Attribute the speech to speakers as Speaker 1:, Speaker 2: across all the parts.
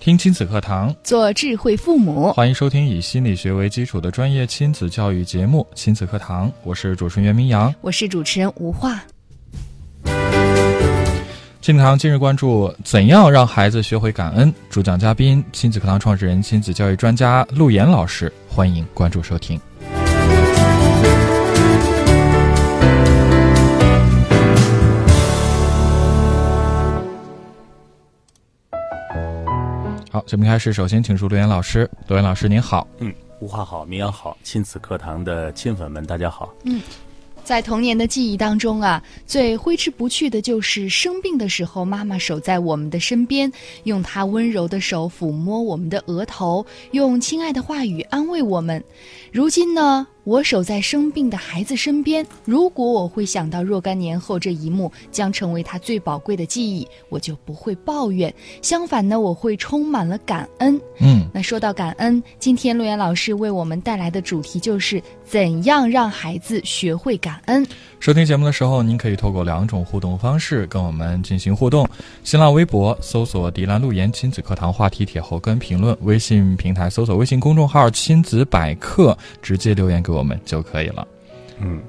Speaker 1: 听亲子课堂，
Speaker 2: 做智慧父母。
Speaker 1: 欢迎收听以心理学为基础的专业亲子教育节目《亲子课堂》，我是主持人袁明阳。
Speaker 2: 我是主持人吴化。
Speaker 1: 亲子课堂今日关注：怎样让孩子学会感恩？主讲嘉宾：亲子课堂创始人、亲子教育专家陆岩老师。欢迎关注收听。好，节目开始，首先请出陆岩老师。陆岩老师，您好。
Speaker 3: 嗯，吴话好，民谣好，亲子课堂的亲粉们，大家好。
Speaker 2: 在童年的记忆当中啊，最挥之不去的就是生病的时候，妈妈守在我们的身边，用她温柔的手抚摸我们的额头，用亲爱的话语安慰我们。如今呢，我守在生病的孩子身边，如果我会想到若干年后这一幕将成为他最宝贵的记忆，我就不会抱怨，相反呢，我会充满了感恩。
Speaker 1: 嗯，
Speaker 2: 那说到感恩，今天陆岩老师为我们带来的主题就是怎样让孩子学会感恩。
Speaker 1: 收听节目的时候，您可以透过两种互动方式跟我们进行互动：新浪微博搜索“迪兰路言亲子课堂”话题帖后跟评论；微信平台搜索微信公众号“亲子百科”，直接留言给我们就可以了。
Speaker 3: 嗯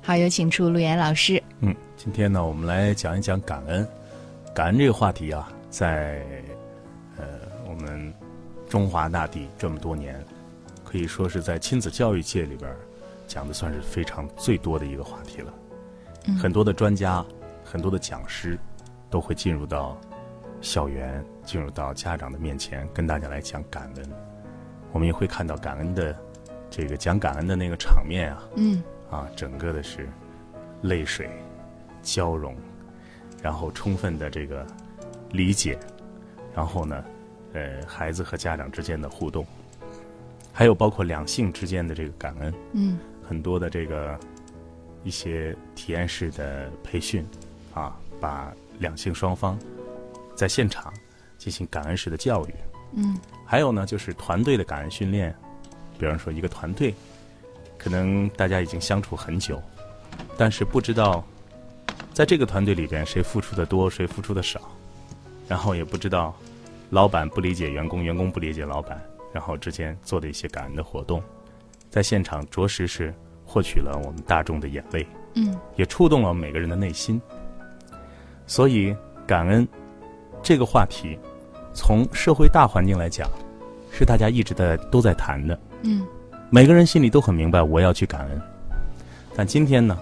Speaker 2: 好，有请出陆岩老师。
Speaker 3: 嗯，今天呢，我们来讲一讲感恩。感恩这个话题啊，在呃我们中华大地这么多年，可以说是在亲子教育界里边儿讲的算是非常最多的一个话题了。很多的专家、很多的讲师都会进入到校园，进入到家长的面前，跟大家来讲感恩。我们也会看到感恩的这个讲感恩的那个场面啊，
Speaker 2: 嗯，
Speaker 3: 啊，整个的是泪水、交融，然后充分的这个理解，然后呢，呃，孩子和家长之间的互动，还有包括两性之间的这个感恩，
Speaker 2: 嗯，
Speaker 3: 很多的这个一些体验式的培训，啊，把两性双方在现场进行感恩式的教育，
Speaker 2: 嗯，
Speaker 3: 还有呢，就是团队的感恩训练，比方说一个团队，可能大家已经相处很久，但是不知道在这个团队里边谁付出的多，谁付出的少，然后也不知道老板不理解员工，员工不理解老板，然后之间做的一些感恩的活动，在现场着实是获取了我们大众的眼泪，
Speaker 2: 嗯，
Speaker 3: 也触动了每个人的内心。所以，感恩这个话题，从社会大环境来讲，是大家一直在都在谈的。
Speaker 2: 嗯，
Speaker 3: 每个人心里都很明白我要去感恩，但今天呢，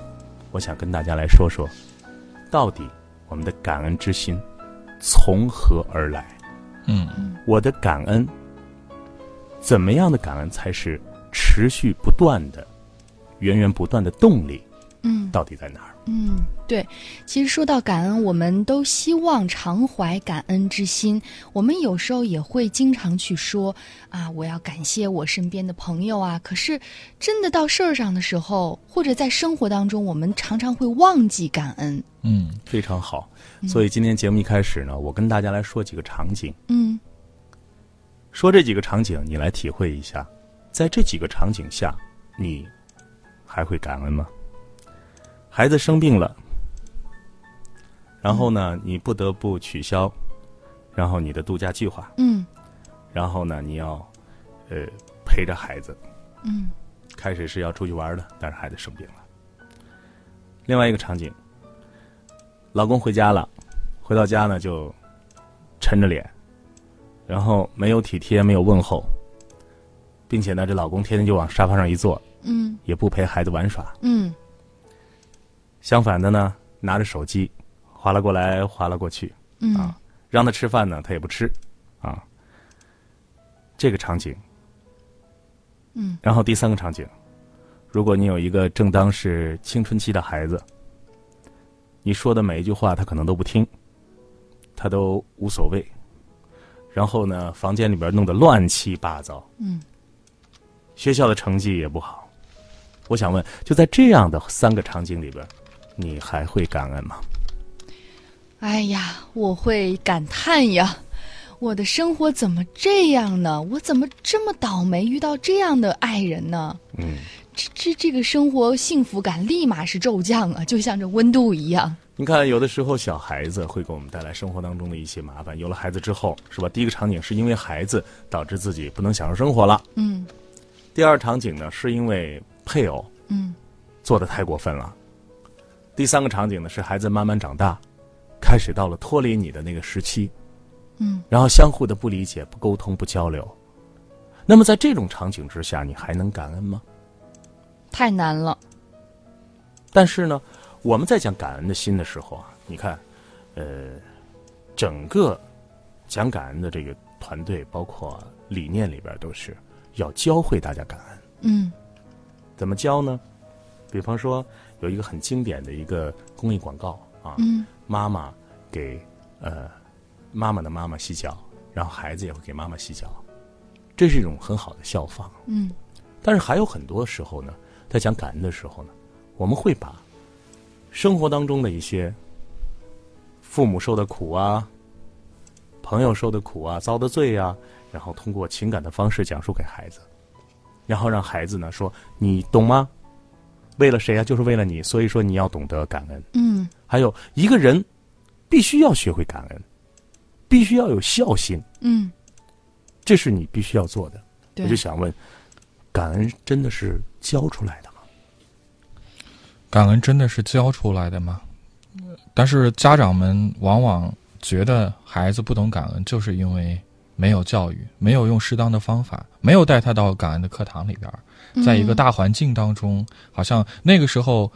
Speaker 3: 我想跟大家来说说，到底我们的感恩之心从何而来？
Speaker 1: 嗯，
Speaker 3: 我的感恩，怎么样的感恩才是持续不断的、源源不断的动力？
Speaker 2: 嗯，
Speaker 3: 到底在哪儿？
Speaker 2: 嗯，对。其实说到感恩，我们都希望常怀感恩之心。我们有时候也会经常去说啊，我要感谢我身边的朋友啊。可是真的到事儿上的时候，或者在生活当中，我们常常会忘记感恩。
Speaker 1: 嗯，
Speaker 3: 非常好。所以今天节目一开始呢，我跟大家来说几个场景，
Speaker 2: 嗯
Speaker 3: 说这几个场景，你来体会一下，在这几个场景下，你还会感恩吗？孩子生病了，然后呢，你不得不取消，然后你的度假计划，
Speaker 2: 嗯
Speaker 3: 然后呢，你要呃陪着孩子，
Speaker 2: 嗯
Speaker 3: 开始是要出去玩的，但是孩子生病了。另外一个场景，老公回家了，回到家呢就沉着脸，然后没有体贴，没有问候，并且呢，这老公天天就往沙发上一坐，
Speaker 2: 嗯
Speaker 3: 也不陪孩子玩耍。
Speaker 2: 嗯
Speaker 3: 相反的呢，拿着手机划拉过来划拉过去，
Speaker 2: 嗯
Speaker 3: 啊让他吃饭呢，他也不吃，啊，这个场景。
Speaker 2: 嗯，
Speaker 3: 然后第三个场景，如果你有一个正当是青春期的孩子，你说的每一句话他可能都不听，他都无所谓。然后呢，房间里边弄得乱七八糟，
Speaker 2: 嗯
Speaker 3: 学校的成绩也不好，我想问，就在这样的三个场景里边，你还会感恩吗？
Speaker 2: 哎呀，我会感叹呀，我的生活怎么这样呢？我怎么这么倒霉，遇到这样的爱人呢？
Speaker 3: 嗯，
Speaker 2: 这这这个生活幸福感立马是骤降啊，就像这温度一样。
Speaker 3: 你看，有的时候小孩子会给我们带来生活当中的一些麻烦。有了孩子之后，是吧？第一个场景是因为孩子导致自己不能享受生活了；
Speaker 2: 嗯
Speaker 3: 第二场景呢，是因为配偶
Speaker 2: 嗯，
Speaker 3: 做的太过分了；第三个场景呢，是孩子慢慢长大，开始到了脱离你的那个时期，
Speaker 2: 嗯，
Speaker 3: 然后相互的不理解、不沟通、不交流。那么在这种场景之下，你还能感恩吗？
Speaker 2: 太难了。
Speaker 3: 但是呢，我们在讲感恩的心的时候啊，你看，呃，整个讲感恩的这个团队，包括理念里边都是要教会大家感恩。
Speaker 2: 嗯
Speaker 3: 怎么教呢？比方说，有一个很经典的一个公益广告啊，
Speaker 2: 嗯
Speaker 3: 妈妈给呃妈妈的妈妈洗脚，然后孩子也会给妈妈洗脚，这是一种很好的效仿。
Speaker 2: 嗯
Speaker 3: 但是还有很多时候呢，在讲感恩的时候呢，我们会把生活当中的一些父母受的苦啊、朋友受的苦啊、遭的罪啊，然后通过情感的方式讲述给孩子，然后让孩子呢说：“你懂吗？为了谁啊？就是为了你，所以说你要懂得感恩。
Speaker 2: 嗯
Speaker 3: 还有一个人必须要学会感恩，必须要有孝心，
Speaker 2: 嗯，
Speaker 3: 这是你必须要做的。”
Speaker 2: 对
Speaker 3: 我就，想问，感恩真的是教出来的吗？
Speaker 1: 感恩真的是教出来的吗？但是家长们往往觉得孩子不懂感恩，就是因为没有教育，没有用适当的方法，没有带他到感恩的课堂里边儿，在一个大环境当中，好像那个时候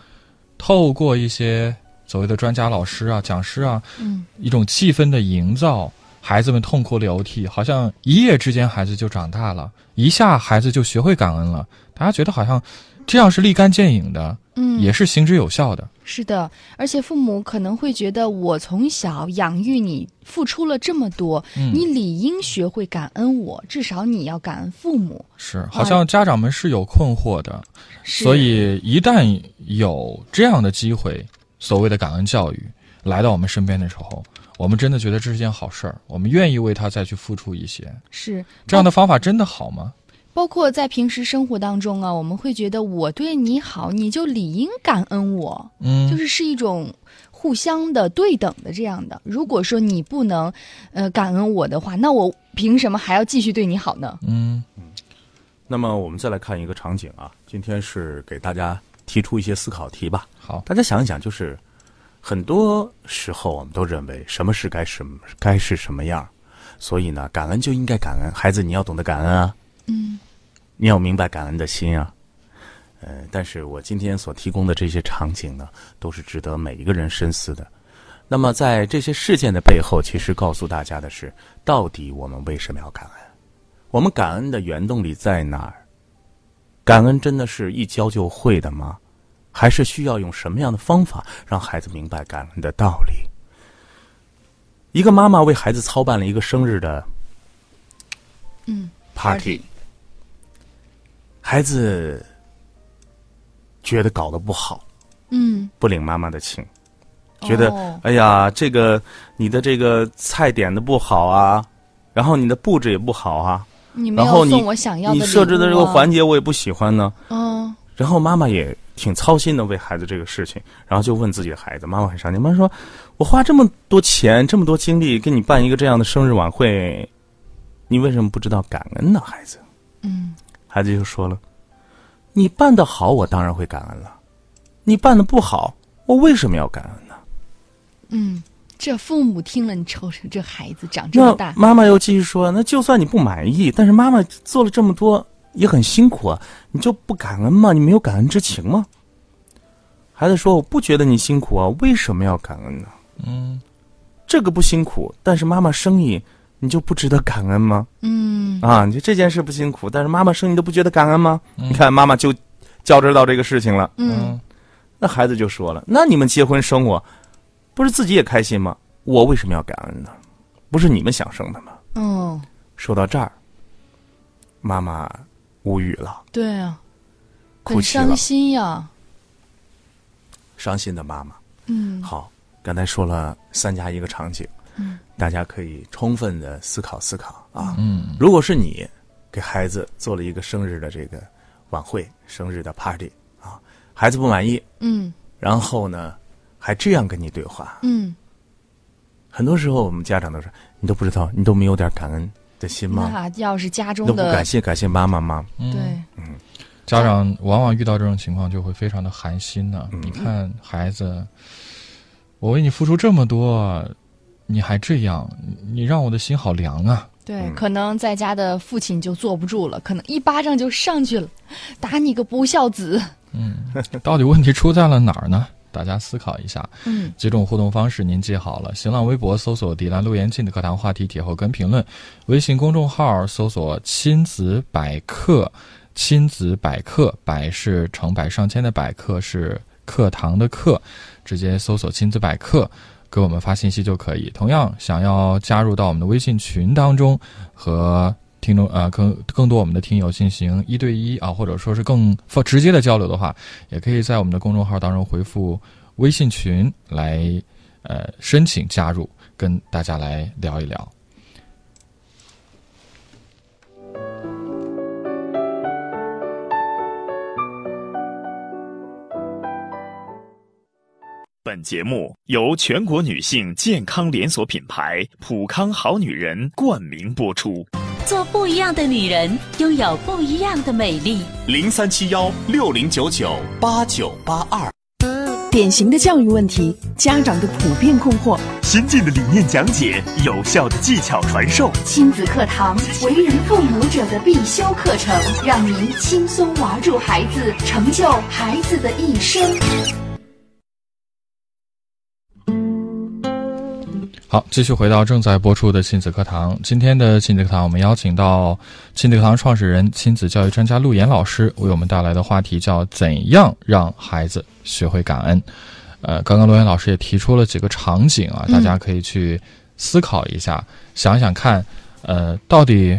Speaker 1: 透过一些所谓的专家、老师啊、讲师啊，
Speaker 2: 嗯
Speaker 1: 一种气氛的营造，孩子们痛哭流涕，好像一夜之间孩子就长大了，一下孩子就学会感恩了。大家觉得好像这样是立竿见影的，
Speaker 2: 嗯，
Speaker 1: 也是行之有效的。
Speaker 2: 是的，而且父母可能会觉得，我从小养育你，付出了这么多，
Speaker 3: 嗯
Speaker 2: 你理应学会感恩我，至少你要感恩父母。
Speaker 1: 是，好像家长们是有困惑的，
Speaker 2: 是
Speaker 1: 所，以一旦有这样的机会，所谓的感恩教育来到我们身边的时候，我们真的觉得这是件好事儿，我们愿意为他再去付出一些。
Speaker 2: 是
Speaker 1: 这样的方法真的好吗？
Speaker 2: 包括在平时生活当中啊，我们会觉得我对你好，你就理应感恩我，
Speaker 1: 嗯，
Speaker 2: 就是是一种互相的对等的这样的。如果说你不能，呃，感恩我的话，那我凭什么还要继续对你好呢？
Speaker 1: 嗯，
Speaker 3: 那么我们再来看一个场景啊，今天是给大家提出一些思考题吧。
Speaker 1: 好，
Speaker 3: 大家想一想，就是很多时候我们都认为什么事该什么该是什么样儿，所以呢，感恩就应该感恩，孩子你要懂得感恩啊，
Speaker 2: 嗯
Speaker 3: 你要明白感恩的心啊。呃，但是我今天所提供的这些场景呢，都是值得每一个人深思的。那么，在这些事件的背后，其实告诉大家的是，到底我们为什么要感恩？我们感恩的原动力在哪儿？感恩真的是一教就会的吗？还是需要用什么样的方法让孩子明白感恩的道理？一个妈妈为孩子操办了一个生日的
Speaker 2: 嗯
Speaker 3: party，孩子觉得搞得不好，
Speaker 2: 嗯，
Speaker 3: 不领妈妈的情，觉得、
Speaker 2: 哦
Speaker 3: 哎呀，这个你的这个菜点的不好啊，然后你的布置也不好啊，
Speaker 2: 你没
Speaker 3: 然后
Speaker 2: 有
Speaker 3: 你
Speaker 2: 送我想要的、啊
Speaker 3: 你设置的这个环，节我也不喜欢呢。
Speaker 2: 嗯
Speaker 3: 然后妈妈也挺操心的为孩子这个事情，然后就问自己的孩子，妈妈很伤心，妈妈说：“我花这么多钱，这么多精力给你办一个这样的生日晚会，你为什么不知道感恩呢，孩子？”
Speaker 2: 嗯
Speaker 3: 孩子就说了：“你办的好，我当然会感恩了；你办的不好，我为什么要感恩呢
Speaker 2: 嗯，这父母听了，你瞅瞅这孩子长？”这么
Speaker 3: 那
Speaker 2: 大，
Speaker 3: 妈妈又继续说：“那就算你不满意，但是妈妈做了这么多也很辛苦啊，你就不感恩吗？你没有感恩之情吗？”孩子说：“我不觉得你辛苦啊，为什么要感恩呢？
Speaker 1: 嗯，
Speaker 3: 这个不辛苦，但是妈妈生意，你就不值得感恩吗？
Speaker 2: 嗯
Speaker 3: 啊，你这件事不辛苦，但是妈妈生意都不觉得感恩吗？
Speaker 1: 嗯
Speaker 3: 你看妈妈就较真儿到这个事情了。”
Speaker 2: 嗯，
Speaker 3: 那孩子就说了：“那你们结婚生我，不是自己也开心吗？我为什么要感恩呢？不是你们想生的吗
Speaker 2: 哦，？”
Speaker 3: 说到这儿，妈妈无语了。
Speaker 2: 对啊，
Speaker 3: 哭
Speaker 2: 很
Speaker 3: 泣了
Speaker 2: 伤，心呀。
Speaker 3: 伤心的妈妈。
Speaker 2: 嗯，
Speaker 3: 好，刚才说了三加一个场景，
Speaker 2: 嗯，
Speaker 3: 大家可以充分的思考思考啊。
Speaker 1: 嗯
Speaker 3: 如果是你给孩子做了一个生日的这个晚会、生日的 party 啊，孩子不满意，
Speaker 2: 嗯
Speaker 3: 然后呢还这样跟你对话，
Speaker 2: 嗯，
Speaker 3: 很多时候我们家长都说你都不知道，你都没有点感恩的心吗？
Speaker 2: 那要是家
Speaker 3: 你
Speaker 2: 中
Speaker 3: 都不感
Speaker 2: 的
Speaker 3: 谢感谢妈妈吗？
Speaker 1: 嗯，
Speaker 2: 对，
Speaker 1: 家长往往遇到这种情况就会非常的寒心呢、你看孩子，我为你付出这么多，你还这样，你你让我的心好凉啊！
Speaker 2: 对，可能在家的父亲就坐不住了，可能一巴掌就上去了，打你个不孝子。
Speaker 1: 到底问题出在了哪儿呢？大家思考一下，
Speaker 2: 嗯，
Speaker 1: 几种互动方式您记好了：新浪微博搜索“迪兰路言亲子课堂”话题帖后跟评论，微信公众号搜索“亲子百科”，亲子百科，百是成百上千的百，课是课堂的课，直接搜索“亲子百科”。给我们发信息就可以。同样，想要加入到我们的微信群当中，和听众呃更更多我们的听友进行一对一啊，或者说是更直接的交流的话，也可以在我们的公众号当中回复微信群来呃申请加入，跟大家来聊一聊。
Speaker 4: 本节目由全国女性健康连锁品牌普康好女人冠名播出，
Speaker 5: 做不一样的女人，拥有不一样的美丽。
Speaker 4: 零三七幺六零九九八九八二。
Speaker 6: 典型的教育问题，家长的普遍困惑，
Speaker 4: 先进的理念讲解，有效的技巧传授，
Speaker 7: 亲子课堂，为人父母者的必修课程，让您轻松玩住孩子，成就孩子的一生。
Speaker 1: 好，继续回到正在播出的亲子课堂。今天的亲子课堂，我们邀请到亲子课堂创始人、亲子教育专家陆岩老师，为我们带来的话题叫“怎样让孩子学会感恩”。呃，刚刚陆岩老师也提出了几个场景啊，大家可以去思考一下，想想看，呃，到底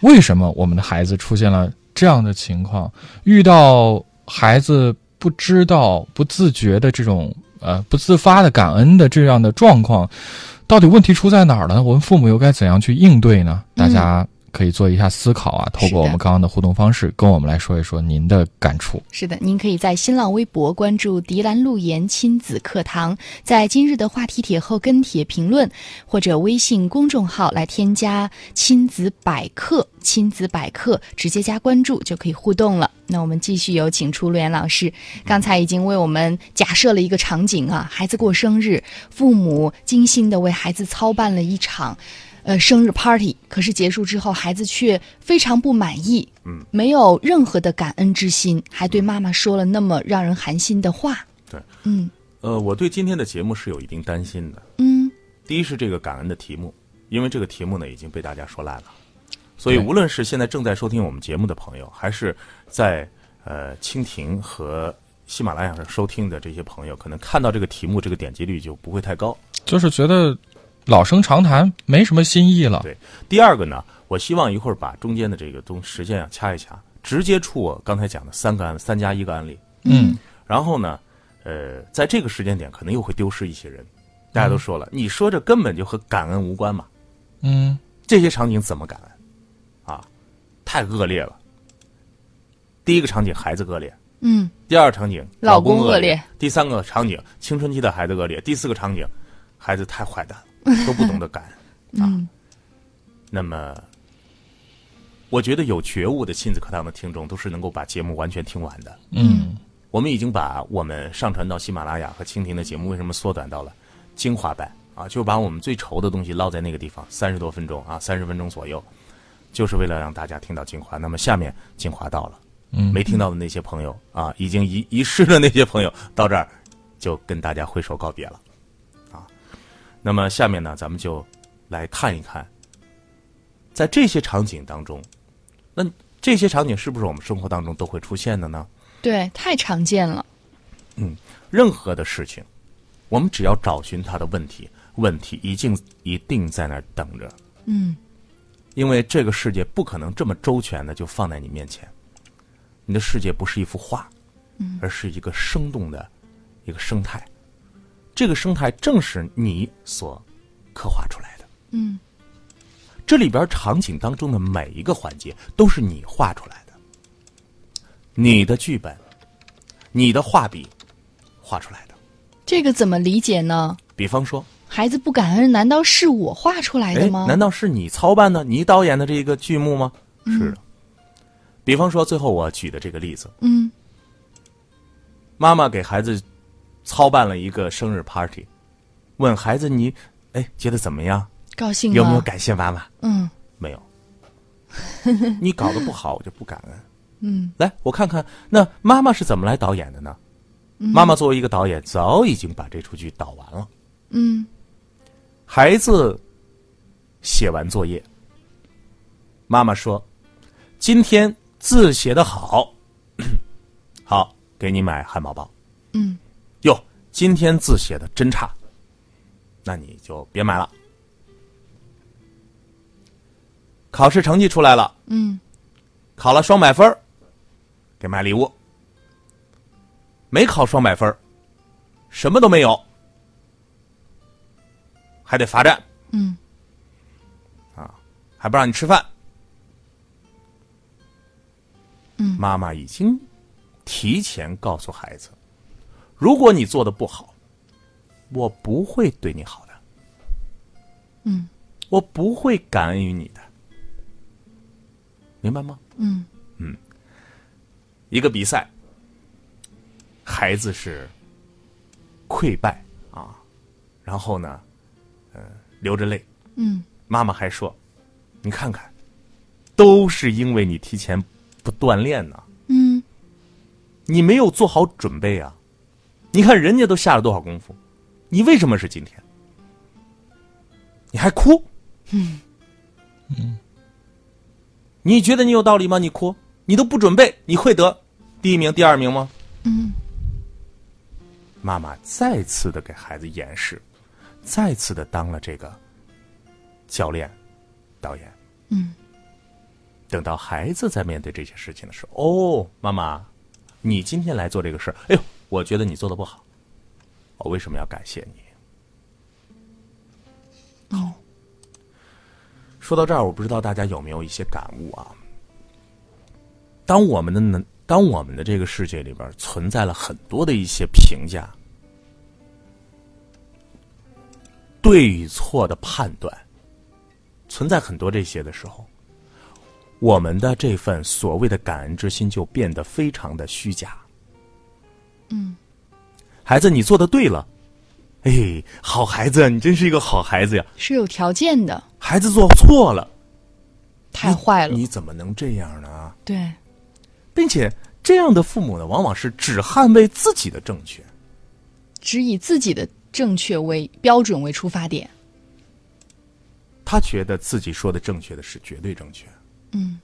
Speaker 1: 为什么我们的孩子出现了这样的情况？遇到孩子不知道、不自觉的这种呃不自发的感恩的这样的状况，到底问题出在哪儿呢？我们父母又该怎样去应对呢？大家可以做一下思考啊，透
Speaker 2: 是
Speaker 1: 过
Speaker 2: 的
Speaker 1: 我们刚刚嗯的互动方式，跟我们来说一说您的感触。
Speaker 2: 是的，您可以在新浪微博关注“迪兰路言亲子课堂”，在今日的话题帖后跟帖评论，或者微信公众号来添加“亲子百科”，亲子百科直接加关注就可以互动了。那我们继续有请出陆岩老师，刚才已经为我们假设了一个场景啊，孩子过生日，父母精心的为孩子操办了一场。呃，生日 party，可是结束之后，孩子却非常不满意，没有任何的感恩之心，还对妈妈说了那么让人寒心的话。
Speaker 3: 对，
Speaker 2: 嗯
Speaker 3: 呃，我对今天的节目是有一定担心的。
Speaker 2: 嗯，
Speaker 3: 第一是这个感恩的题目，因为这个题目呢已经被大家说烂了，所以
Speaker 1: 对
Speaker 3: 无论是现在正在收听我们节目的朋友，还是在呃蜻蜓和喜马拉雅上收听的这些朋友，可能看到这个题目，这个点击率就不会太高。
Speaker 1: 就是觉得老生常谈，没什么新意了。
Speaker 3: 对，第二个呢，我希望一会儿把中间的这个东时间啊掐一掐，直接触我刚才讲的三个案三加一个案例，
Speaker 1: 嗯，
Speaker 3: 然后呢，呃，在这个时间点可能又会丢失一些人。大家都说
Speaker 2: 嗯
Speaker 3: 了，你说这根本就和感恩无关嘛。
Speaker 1: 嗯，
Speaker 3: 这些场景怎么感恩？啊，太恶劣了。第一个场景孩子恶劣，
Speaker 2: 嗯，
Speaker 3: 第二个场景
Speaker 2: 老公
Speaker 3: 公
Speaker 2: 恶
Speaker 3: 恶
Speaker 2: 劣，
Speaker 3: 第三个场景青春期的孩子恶劣，第四个场景孩子太坏蛋 了，都不懂得感恩啊。
Speaker 2: 嗯
Speaker 3: 那么，我觉得有觉悟的亲子课堂的听众都是能够把节目完全听完的。
Speaker 1: 嗯，
Speaker 3: 我们已经把我们上传到喜马拉雅和蜻蜓的节目，为什么缩短到了精华版啊？就把我们最稠的东西落在那个地方，三十多分钟啊，三十分钟左右，就是为了让大家听到精华。那么下面精华到了，
Speaker 1: 嗯
Speaker 3: 没听到的那些朋友啊，已经遗遗失的那些朋友，到这儿就跟大家挥手告别了啊。那么下面呢，咱们就来看一看，在这些场景当中，那这些场景是不是我们生活当中都会出现的呢？
Speaker 2: 对，太常见了。
Speaker 3: 任何的事情，我们只要找寻它的问题，问题一定一定在那儿等着。
Speaker 2: 嗯，
Speaker 3: 因为这个世界不可能这么周全的就放在你面前，你的世界不是一幅画，
Speaker 2: 嗯
Speaker 3: 而是一个生动的一个生态。这个生态正是你所刻画出来的。
Speaker 2: 嗯
Speaker 3: 这里边场景当中的每一个环节都是你画出来的，你的剧本，你的画笔画出来的。
Speaker 2: 这个怎么理解呢？
Speaker 3: 比方说，
Speaker 2: 孩子不感恩，难道是我画出来的
Speaker 3: 哎，
Speaker 2: 吗？
Speaker 3: 难道是你操办的，你导演的这个剧目吗？
Speaker 2: 嗯
Speaker 3: 是的。比方说，最后我举的这个例子，
Speaker 2: 嗯
Speaker 3: 妈妈给孩子操办了一个生日 party，问孩子你，哎，觉得怎么样？
Speaker 2: 高兴吗？
Speaker 3: 有没有感谢妈妈？
Speaker 2: 嗯
Speaker 3: 没有。 你搞得不好，我就不感恩。
Speaker 2: 嗯
Speaker 3: 来，我看看，那妈妈是怎么来导演的呢？妈妈作为一个导演，早已经把这出剧导完了。
Speaker 2: 嗯
Speaker 3: 孩子写完作业，妈妈说：“今天字写的好， 好，给你买汉堡包。
Speaker 2: 嗯
Speaker 3: 哟，今天字写的真差，那你就别买了。”考试成绩出来了，
Speaker 2: 嗯
Speaker 3: 考了双百分儿给买礼物；没考双百分儿什么都没有，还得罚站。啊
Speaker 2: 嗯
Speaker 3: 还不让你吃饭。
Speaker 2: 嗯
Speaker 3: 妈妈已经提前告诉孩子，如果你做的不好，我不会对你好的，
Speaker 2: 嗯
Speaker 3: 我不会感恩于你的，明白吗？
Speaker 2: 嗯
Speaker 3: 一个比赛，孩子是溃败啊，然后呢，呃，流着泪，
Speaker 2: 嗯
Speaker 3: 妈妈还说：“你看看，都是因为你提前不锻炼呢、
Speaker 2: 嗯
Speaker 3: 你没有做好准备啊！你看人家都下了多少功夫，你为什么是今天？你还哭？嗯你觉得你有道理吗？你哭，你都不准备，你会得第一名、第二名吗？
Speaker 2: 嗯
Speaker 3: 妈妈再次的给孩子演示，再次的当了这个教练、导演。
Speaker 2: 嗯
Speaker 3: 等到孩子在面对这些事情的时候，哦，妈妈，你今天来做这个事儿，哎呦，我觉得你做的不好，我为什么要感谢你？好，说到这儿，我不知道大家有没有一些感悟啊？当我们的能，当我们的这个世界里边存在了很多的一些评价、对与错的判断，存在很多这些的时候。我们的这份所谓的感恩之心就变得非常的虚假。
Speaker 2: 嗯，
Speaker 3: 孩子，你做的对了，哎，好孩子，你真是一个好孩子呀！
Speaker 2: 是有条件的，
Speaker 3: 孩子做错了，
Speaker 2: 太坏了。
Speaker 3: 你怎么能这样呢？
Speaker 2: 对，
Speaker 3: 并且这样的父母呢，往往是只捍卫自己的正确，
Speaker 2: 只以自己的正确为标准为出发点。
Speaker 3: 他觉得自己说的正确的是绝对正确，啊
Speaker 2: 嗯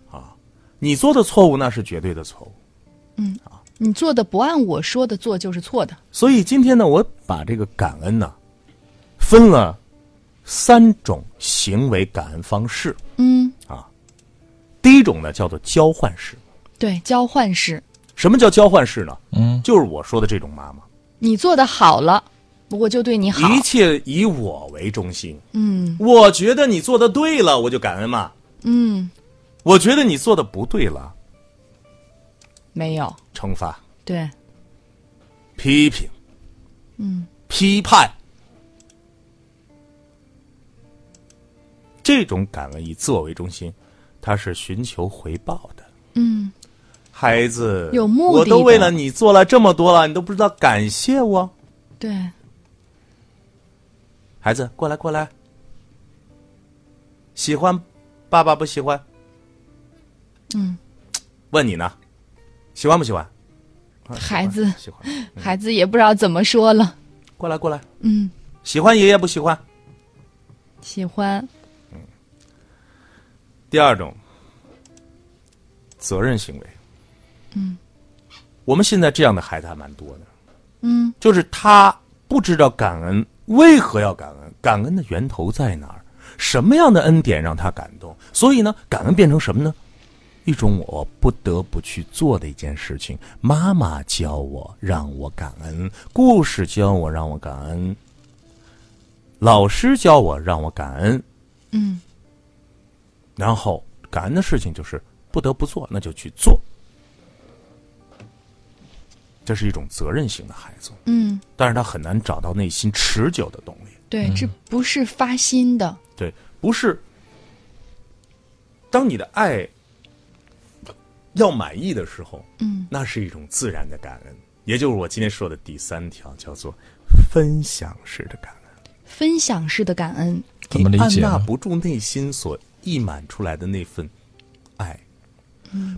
Speaker 3: 你做的错误那是绝对的错误。
Speaker 2: 你做的不按我说的做就是错的。
Speaker 3: 所以今天呢，我把这个感恩呢，分了三种行为感恩方式。
Speaker 2: 嗯，
Speaker 3: 第一种呢叫做交换式。
Speaker 2: 对，交换式，
Speaker 3: 什么叫交换式呢？
Speaker 1: 嗯
Speaker 3: 就是我说的这种妈妈，
Speaker 2: 你做的好了，我就对你好。
Speaker 3: 一切以我为中心。
Speaker 2: 嗯
Speaker 3: 我觉得你做的对了，我就感恩嘛；
Speaker 2: 嗯，
Speaker 3: 我觉得你做的不对了，
Speaker 2: 没有，
Speaker 3: 惩罚、
Speaker 2: 对，
Speaker 3: 批评、
Speaker 2: 嗯
Speaker 3: 批判。这种感恩以自我为中心，它是寻求回报的。
Speaker 2: 嗯
Speaker 3: 孩子，
Speaker 2: 有目的
Speaker 3: 我都为
Speaker 2: 的
Speaker 3: 了你做了这么多了，你都不知道感谢我。
Speaker 2: 对，
Speaker 3: 孩子，过来过来。喜欢，爸爸不喜欢。
Speaker 2: 嗯，
Speaker 3: 问你呢，喜欢不喜欢？啊喜欢
Speaker 2: 孩子
Speaker 3: 喜欢，
Speaker 2: 孩子也不知道怎么说了。
Speaker 3: 过来过来，
Speaker 2: 嗯，
Speaker 3: 喜欢爷爷不喜欢？
Speaker 2: 喜欢，
Speaker 3: 第二种，责任行为。嗯，我们现在这样的孩子还蛮多的，
Speaker 2: 嗯
Speaker 3: 就是他不知道感恩，为何要感恩？感恩的源头在哪儿？什么样的恩典让他感动？所以呢，感恩变成什么呢？一种我不得不去做的一件事情。妈妈教我，让我感恩；故事教我，让我感恩；老师教我，让我感恩。
Speaker 2: 嗯
Speaker 3: 然后感恩的事情就是不得不做，那就去做。这是一种责任型的孩子，
Speaker 2: 嗯，
Speaker 3: 但是他很难找到内心持久的动力。
Speaker 2: 对，这不是发心的，
Speaker 3: 对，不是。当你的爱要满意的时候，
Speaker 2: 嗯，
Speaker 3: 那是一种自然的感恩，也就是我今天说的第三条，叫做分享式的感恩。
Speaker 2: 分享式的感恩。
Speaker 1: 怎么理解啊
Speaker 3: 你按捺
Speaker 1: 呢？
Speaker 3: 不住内心所溢满出来的那份爱，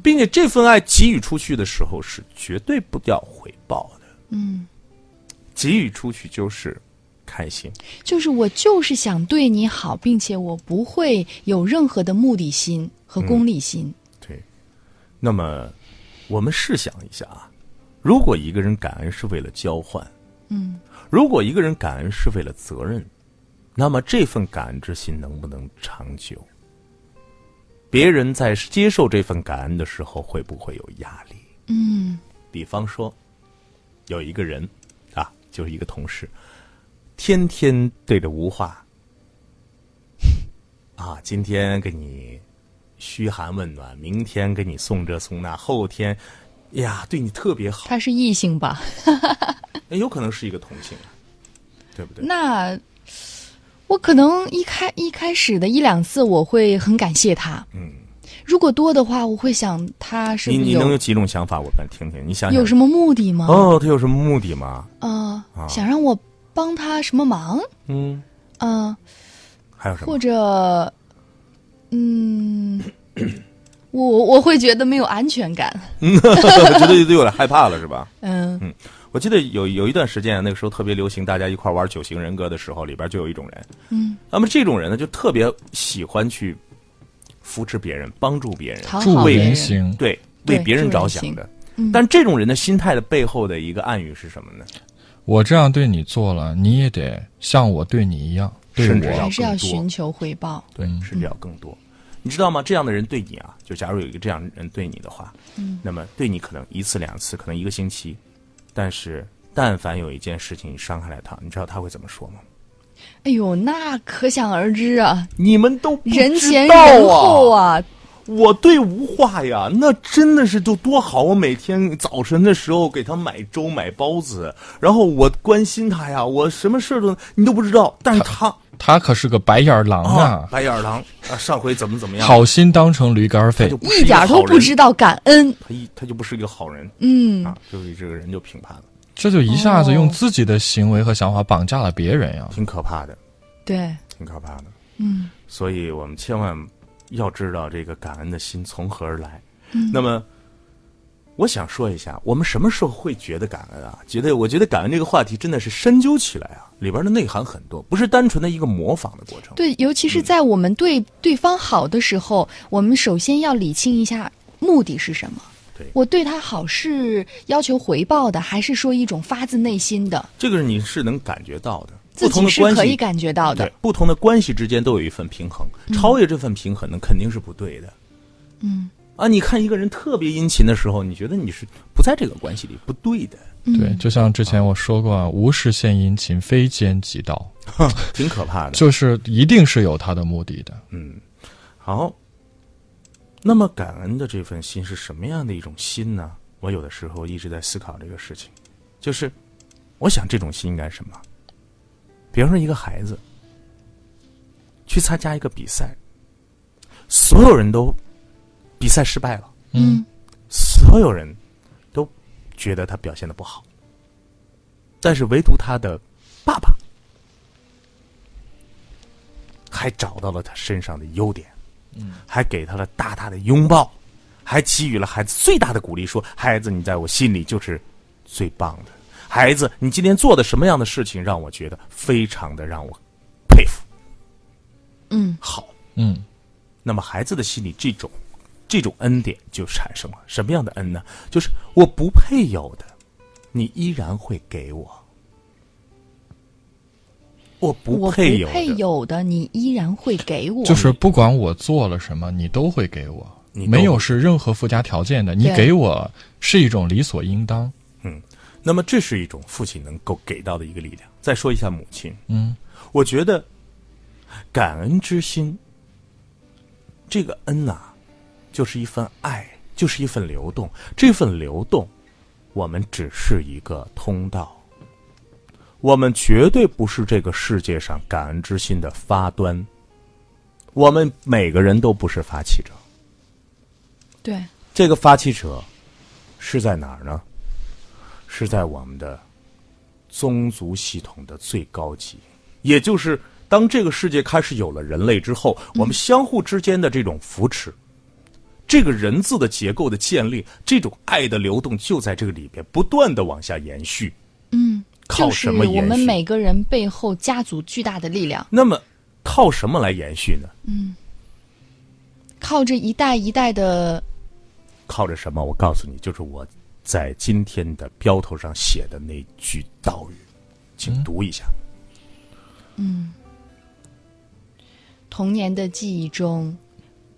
Speaker 3: 并且这份爱给予出去的时候是绝对不要回报的。
Speaker 2: 嗯，
Speaker 3: 给予出去就是开心，
Speaker 2: 就是我就是想对你好，并且我不会有任何的目的心
Speaker 3: 嗯
Speaker 2: 和功利心。
Speaker 3: 对，那么我们试想一下啊，如果一个人感恩是为了交换，
Speaker 2: 嗯，
Speaker 3: 如果一个人感恩是为了责任，那么这份感恩之心能不能长久？别人在接受这份感恩的时候，会不会有压力？
Speaker 2: 嗯
Speaker 3: 比方说，有一个人啊，就是一个同事，天天对着吴话 啊，今天给你嘘寒问暖，明天给你送这送那，后天哎呀对你特别好，
Speaker 2: 他是异性吧？
Speaker 3: 那有可能是一个同性啊，对不对？
Speaker 2: 那我可能一开一开始的一两次，我会很感谢他。
Speaker 3: 嗯，
Speaker 2: 如果多的话，我会想他是
Speaker 3: 你
Speaker 2: 不是
Speaker 3: 你能有
Speaker 2: 有
Speaker 3: 几种想法？我们听听，你想想
Speaker 2: 有什么目的吗？
Speaker 3: 哦，他有什么目的吗？
Speaker 2: 呃
Speaker 3: 啊
Speaker 2: 想让我帮他什么忙？
Speaker 3: 嗯，
Speaker 2: 嗯、
Speaker 3: 还有什么
Speaker 2: 或？者，嗯，我我我会觉得没有安全感。
Speaker 3: 我觉得有点害怕了，是吧？
Speaker 2: 嗯
Speaker 3: 我记得有有一段时间，那个时候特别流行，大家一块玩九型人格的时候，里边就有一种人，
Speaker 2: 嗯，
Speaker 3: 那么这种人呢，就特别喜欢去扶持别人、帮助别人，
Speaker 2: 讨
Speaker 1: 助
Speaker 2: 好别
Speaker 1: 人
Speaker 2: 人，
Speaker 1: 型，
Speaker 3: 对，
Speaker 2: 对
Speaker 3: 为别人着
Speaker 2: 助
Speaker 3: 想
Speaker 2: 人
Speaker 3: 的。
Speaker 2: 嗯
Speaker 3: 但这种人的心态的背后的一个暗语是什么呢？
Speaker 1: 我这样对你做了，你也得像我对你一样对
Speaker 3: 甚至
Speaker 1: 我。
Speaker 2: 还是要
Speaker 3: 更多
Speaker 2: 寻求回报。
Speaker 3: 对，
Speaker 1: 嗯
Speaker 3: 甚至要更多。你知道吗？这样的人对你啊，就假如有一个这样的人对你的话，
Speaker 2: 嗯
Speaker 3: 那么对你可能一次两次，可能一个星期，但是但凡有一件事情伤害了他，你知道他会怎么说吗？
Speaker 2: 哎呦，那可想而知啊，
Speaker 3: 你们都不
Speaker 2: 人
Speaker 3: 知
Speaker 2: 前
Speaker 3: 道
Speaker 2: 人
Speaker 3: 啊
Speaker 2: 后啊，
Speaker 3: 我对吴话呀，那真的是就多好！啊我每天早晨的时候给他买粥、买包子，然后我关心他呀，我什么事儿都你都不知道。但是他
Speaker 1: 他可是个白眼狼
Speaker 3: 啊
Speaker 1: 啊，，
Speaker 3: 白眼狼啊，上回怎么怎么样，
Speaker 1: 好心当成驴肝
Speaker 3: 他
Speaker 1: 肺
Speaker 3: 就。不是
Speaker 2: 一点儿
Speaker 3: 个
Speaker 2: 都
Speaker 3: 好
Speaker 2: 不
Speaker 3: 人
Speaker 2: 知，道感恩。
Speaker 3: 他一他就不是一个好人
Speaker 2: 嗯，
Speaker 3: 啊，就是这个人就评判了，
Speaker 1: 这就一下子
Speaker 2: 哦
Speaker 1: 用自己的行为和想法绑架了别人啊呀、
Speaker 3: 挺可怕的，
Speaker 2: 对，
Speaker 3: 挺可怕的。
Speaker 2: 嗯
Speaker 3: 所以我们千万要知道这个感恩的心从何而来。
Speaker 2: 嗯
Speaker 3: 那么，我想说一下，我们什么时候会觉得感恩啊？觉得我觉得感恩这个话题真的是深究起来啊，里边的内涵很多，不是单纯的一个模仿的过程。
Speaker 2: 对，尤其是在我们
Speaker 3: 嗯
Speaker 2: 对对方好的时候，我们首先要理清一下目的是什么。
Speaker 3: 对
Speaker 2: 我对他好是要求回报的，还是说一种发自内心的，
Speaker 3: 这个你是能感觉到的，
Speaker 2: 自
Speaker 3: 不同
Speaker 2: 己
Speaker 3: 的
Speaker 2: 是
Speaker 3: 关
Speaker 2: 可以
Speaker 3: 系。
Speaker 2: 感觉到的
Speaker 3: 啊对。，不同的关系之间都有一份平衡，超越这份平衡呢，肯定是不对的。
Speaker 2: 嗯
Speaker 3: 啊，你看一个人特别殷勤的时候，你觉得你是不在这个关系里，不对的，
Speaker 2: 嗯
Speaker 1: 对，就像之前我说过啊，
Speaker 3: 哦
Speaker 1: 无事献殷勤，非奸即盗，
Speaker 3: 挺可怕的。
Speaker 1: 就是一定是有他的目的的。
Speaker 3: 嗯，好。那么感恩的这份心是什么样的一种心呢？我有的时候一直在思考这个事情，就是我想这种心应该是什么？比方说一个孩子去参加一个比赛，所有人都比赛失败了，
Speaker 2: 嗯
Speaker 3: 所有人都觉得他表现的不好，但是唯独他的爸爸还找到了他身上的优点，嗯，还给他了大大的拥抱，还给予了孩子最大的鼓励，说：“孩子，你在我心里就是最棒的。孩子，你今天做的什么样的事情让我觉得非常的让我佩服？
Speaker 2: 嗯，
Speaker 3: 好，
Speaker 1: 嗯，
Speaker 3: 那么孩子的心里这种这种恩典就产生了。什么样的恩呢？就是我不配有的，你依然会给我；我不
Speaker 2: 我不
Speaker 3: 配有
Speaker 2: 配
Speaker 3: 的，
Speaker 2: 有的，你依然会给我。
Speaker 1: 就是不管我做了什么，你都会给我。
Speaker 3: 你都
Speaker 1: 没有是任何附加条件的，你
Speaker 2: 对
Speaker 1: 给我是一种理所应当。
Speaker 3: 那么这是一种父亲能够给到的一个力量。再说一下母亲，
Speaker 1: 嗯，
Speaker 3: 我觉得感恩之心，这个恩呐、就是一份爱，就是一份流动。这份流动，我们只是一个通道，我们绝对不是这个世界上感恩之心的发端。我们每个人都不是发起者，
Speaker 2: 对，
Speaker 3: 这个发起者是在哪儿呢？是在我们的宗族系统的最高级，也就是当这个世界开始有了人类之后，
Speaker 2: 嗯
Speaker 3: 我们相互之间的这种扶持，这个人字的结构的建立，这种爱的流动就在这个里边不断的往下延续。
Speaker 2: 嗯，
Speaker 3: 靠
Speaker 2: 就是
Speaker 3: 什么延续？
Speaker 2: 我们每个人背后家族巨大的力量，
Speaker 3: 那么靠什么来延续呢？
Speaker 2: 靠着一代一代的，
Speaker 3: 靠着什么？我告诉你，就是我在今天的标头上写的那句道语，请读一下。
Speaker 2: 童年的记忆中，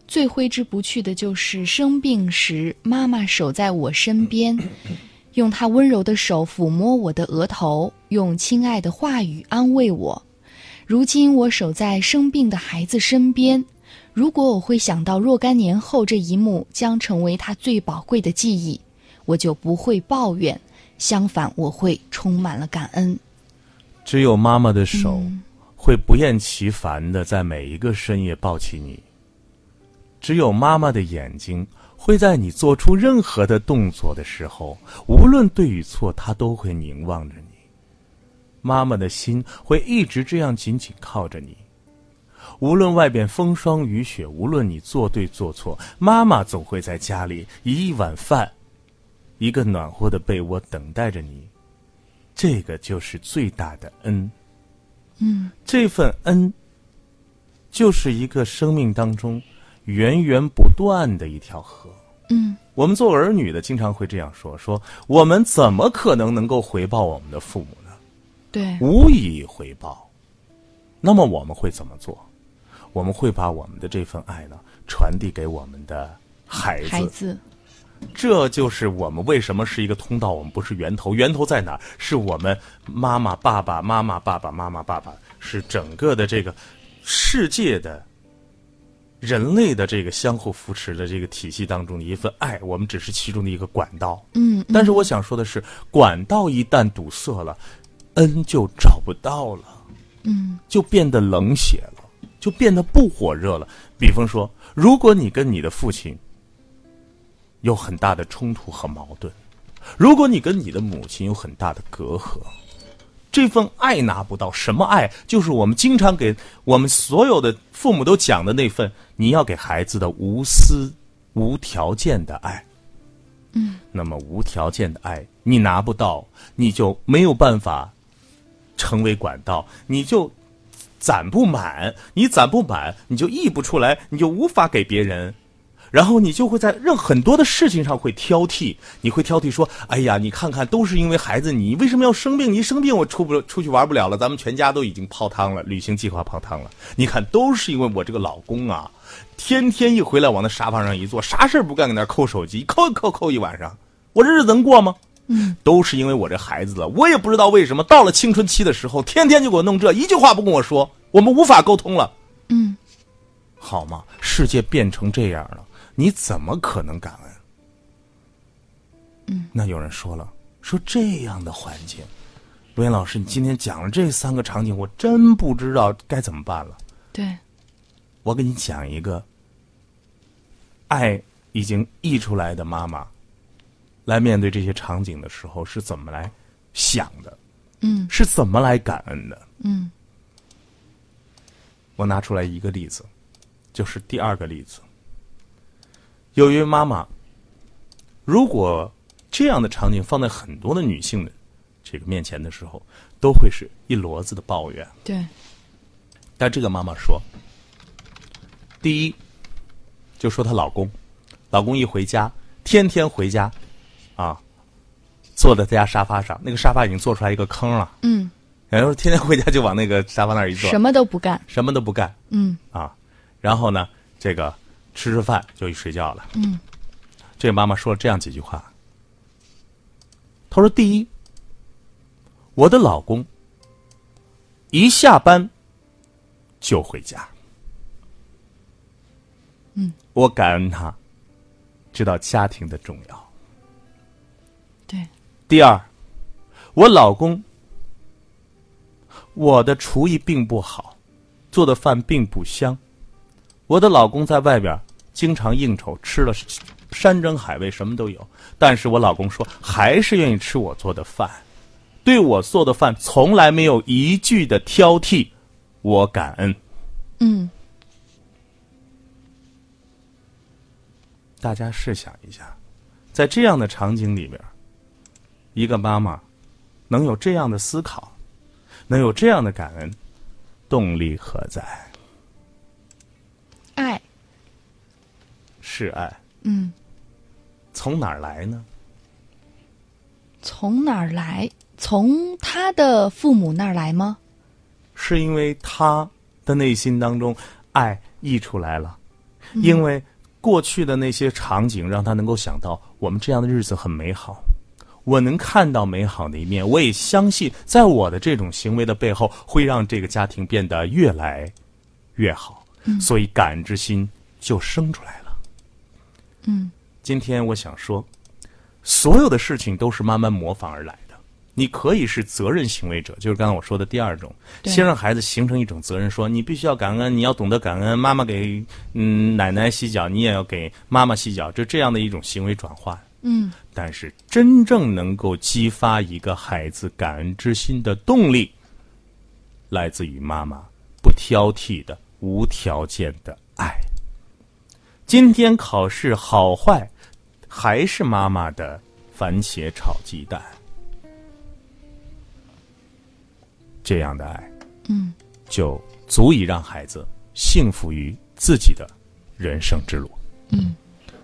Speaker 2: 最挥之不去的就是生病时，妈妈守在我身边，用她温柔的手抚摸我的额头，用亲爱的话语安慰我。如今我守在生病的孩子身边，如果我会想到若干年后这一幕将成为他最宝贵的记忆，我就不会抱怨，相反我会充满了感恩。
Speaker 3: 只有妈妈的手会不厌其烦的在每一个深夜抱起你，只有妈妈的眼睛会在你做出任何的动作的时候，无论对与错，她都会凝望着你。妈妈的心会一直这样紧紧靠着你，无论外边风霜雨雪，无论你做对做错，妈妈总会在家里以一碗饭、一个暖和的被窝等待着你。这个就是最大的恩。嗯，这份恩就是一个生命当中源源不断的一条河。
Speaker 2: 嗯，
Speaker 3: 我们做儿女的经常会这样说：说我们怎么可能能够回报我们的父母呢？
Speaker 2: 对，
Speaker 3: 无以回报。那么我们会怎么做？我们会把我们的这份爱呢传递给我们的孩子，
Speaker 2: 孩子，
Speaker 3: 这就是我们为什么是一个通道，我们不是源头。源头在哪儿？是我们妈妈、爸爸、妈妈、爸爸、妈妈、爸爸，是整个的这个世界的人类的这个相互扶持的这个体系当中的一份爱，我们只是其中的一个管道。
Speaker 2: 嗯，
Speaker 3: 但是我想说的是，管道一旦堵塞了，恩就找不到了，嗯，就变得冷血了，就变得不火热了。比方说，如果你跟你的父亲有很大的冲突和矛盾，如果你跟你的母亲有很大的隔阂，这份爱拿不到，什么爱？就是我们经常给我们所有的父母都讲的那份，你要给孩子的无私、无条件的爱。那么无条件的爱，你拿不到，你就没有办法成为管道，你就攒不满，你攒不满，你就溢不出来，你就无法给别人。然后你就会在任很多的事情上会挑剔，你会挑剔说：“哎呀，你看看，都是因为孩子，你为什么要生病？你一生病我出不出去玩不了了，咱们全家都已经泡汤了，旅行计划泡汤了。你看，都是因为我这个老公啊，天天一回来往那沙发上一坐，啥事儿不干，搁那儿扣手机，扣一扣扣一晚上，我这日子能过吗？”嗯，都是因为我这孩子了，我也不知道为什么，到了青春期的时候，天天就给我弄这，一句话不跟我说，我们无法沟通了。
Speaker 2: 嗯，
Speaker 3: 好吗？世界变成这样了，你怎么可能感恩？嗯，那有人说了，说这样的环境，罗岩老师，你今天讲了这三个场景，我真不知道该怎么办了。
Speaker 2: 对，
Speaker 3: 我给你讲一个，爱已经溢出来的妈妈，来面对这些场景的时候是怎么来想的？
Speaker 2: 嗯，
Speaker 3: 是怎么来感恩的？
Speaker 2: 嗯，
Speaker 3: 我拿出来一个例子，就是第二个例子。有一位妈妈，如果这样的场景放在很多的女性的这个面前的时候，都会是一摞子的抱怨。
Speaker 2: 对，
Speaker 3: 但这个妈妈说，第一，就说她老公，老公一回家，天天回家，啊，坐在他家沙发上，那个沙发已经做出来一个坑了，
Speaker 2: 嗯，
Speaker 3: 然后天天回家就往那个沙发那儿一坐，
Speaker 2: 什么都不干，
Speaker 3: 什么都不干
Speaker 2: 嗯
Speaker 3: 啊，然后呢，这个吃吃饭就去睡觉了。
Speaker 2: 嗯，
Speaker 3: 这个妈妈说了这样几句话。她说：“第一，我的老公一下班就回家。
Speaker 2: 嗯，
Speaker 3: 我感恩他，知道家庭的重要。
Speaker 2: 对，
Speaker 3: 第二，我老公，我的厨艺并不好，做的饭并不香。我的老公在外边经常应酬，吃了山珍海味，什么都有。但是我老公说，还是愿意吃我做的饭，对我做的饭从来没有一句的挑剔，我感恩。
Speaker 2: 嗯，
Speaker 3: 大家试想一下，在这样的场景里边，一个妈妈能有这样的思考，能有这样的感恩，动力何在？
Speaker 2: 爱，
Speaker 3: 是爱，
Speaker 2: 嗯，
Speaker 3: 从哪儿来呢？
Speaker 2: 从哪儿来？从他的父母那儿来吗？
Speaker 3: 是因为他的内心当中爱溢出来了，
Speaker 2: 嗯
Speaker 3: 因为过去的那些场景让他能够想到我们这样的日子很美好，我能看到美好的一面，我也相信在我的这种行为的背后会让这个家庭变得越来越好，所以感恩之心就生出来了。
Speaker 2: 嗯，
Speaker 3: 今天我想说，所有的事情都是慢慢模仿而来的。你可以是责任行为者，就是刚才我说的第二种，
Speaker 2: 对
Speaker 3: 先让孩子形成一种责任，说你必须要感恩，你要懂得感恩。妈妈给嗯奶奶洗脚，你也要给妈妈洗脚，就这样的一种行为转换。
Speaker 2: 嗯，
Speaker 3: 但是真正能够激发一个孩子感恩之心的动力，来自于妈妈不挑剔的、无条件的爱。今天考试好坏，还是妈妈的番茄炒鸡蛋。这样的爱，
Speaker 2: 嗯，
Speaker 3: 就足以让孩子幸福于自己的人生之路。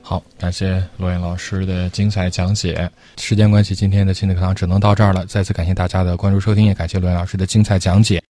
Speaker 1: 好，感谢罗岩老师的精彩讲解。时间关系，今天的亲子课堂只能到这儿了。再次感谢大家的关注收听，也感谢罗岩老师的精彩讲解。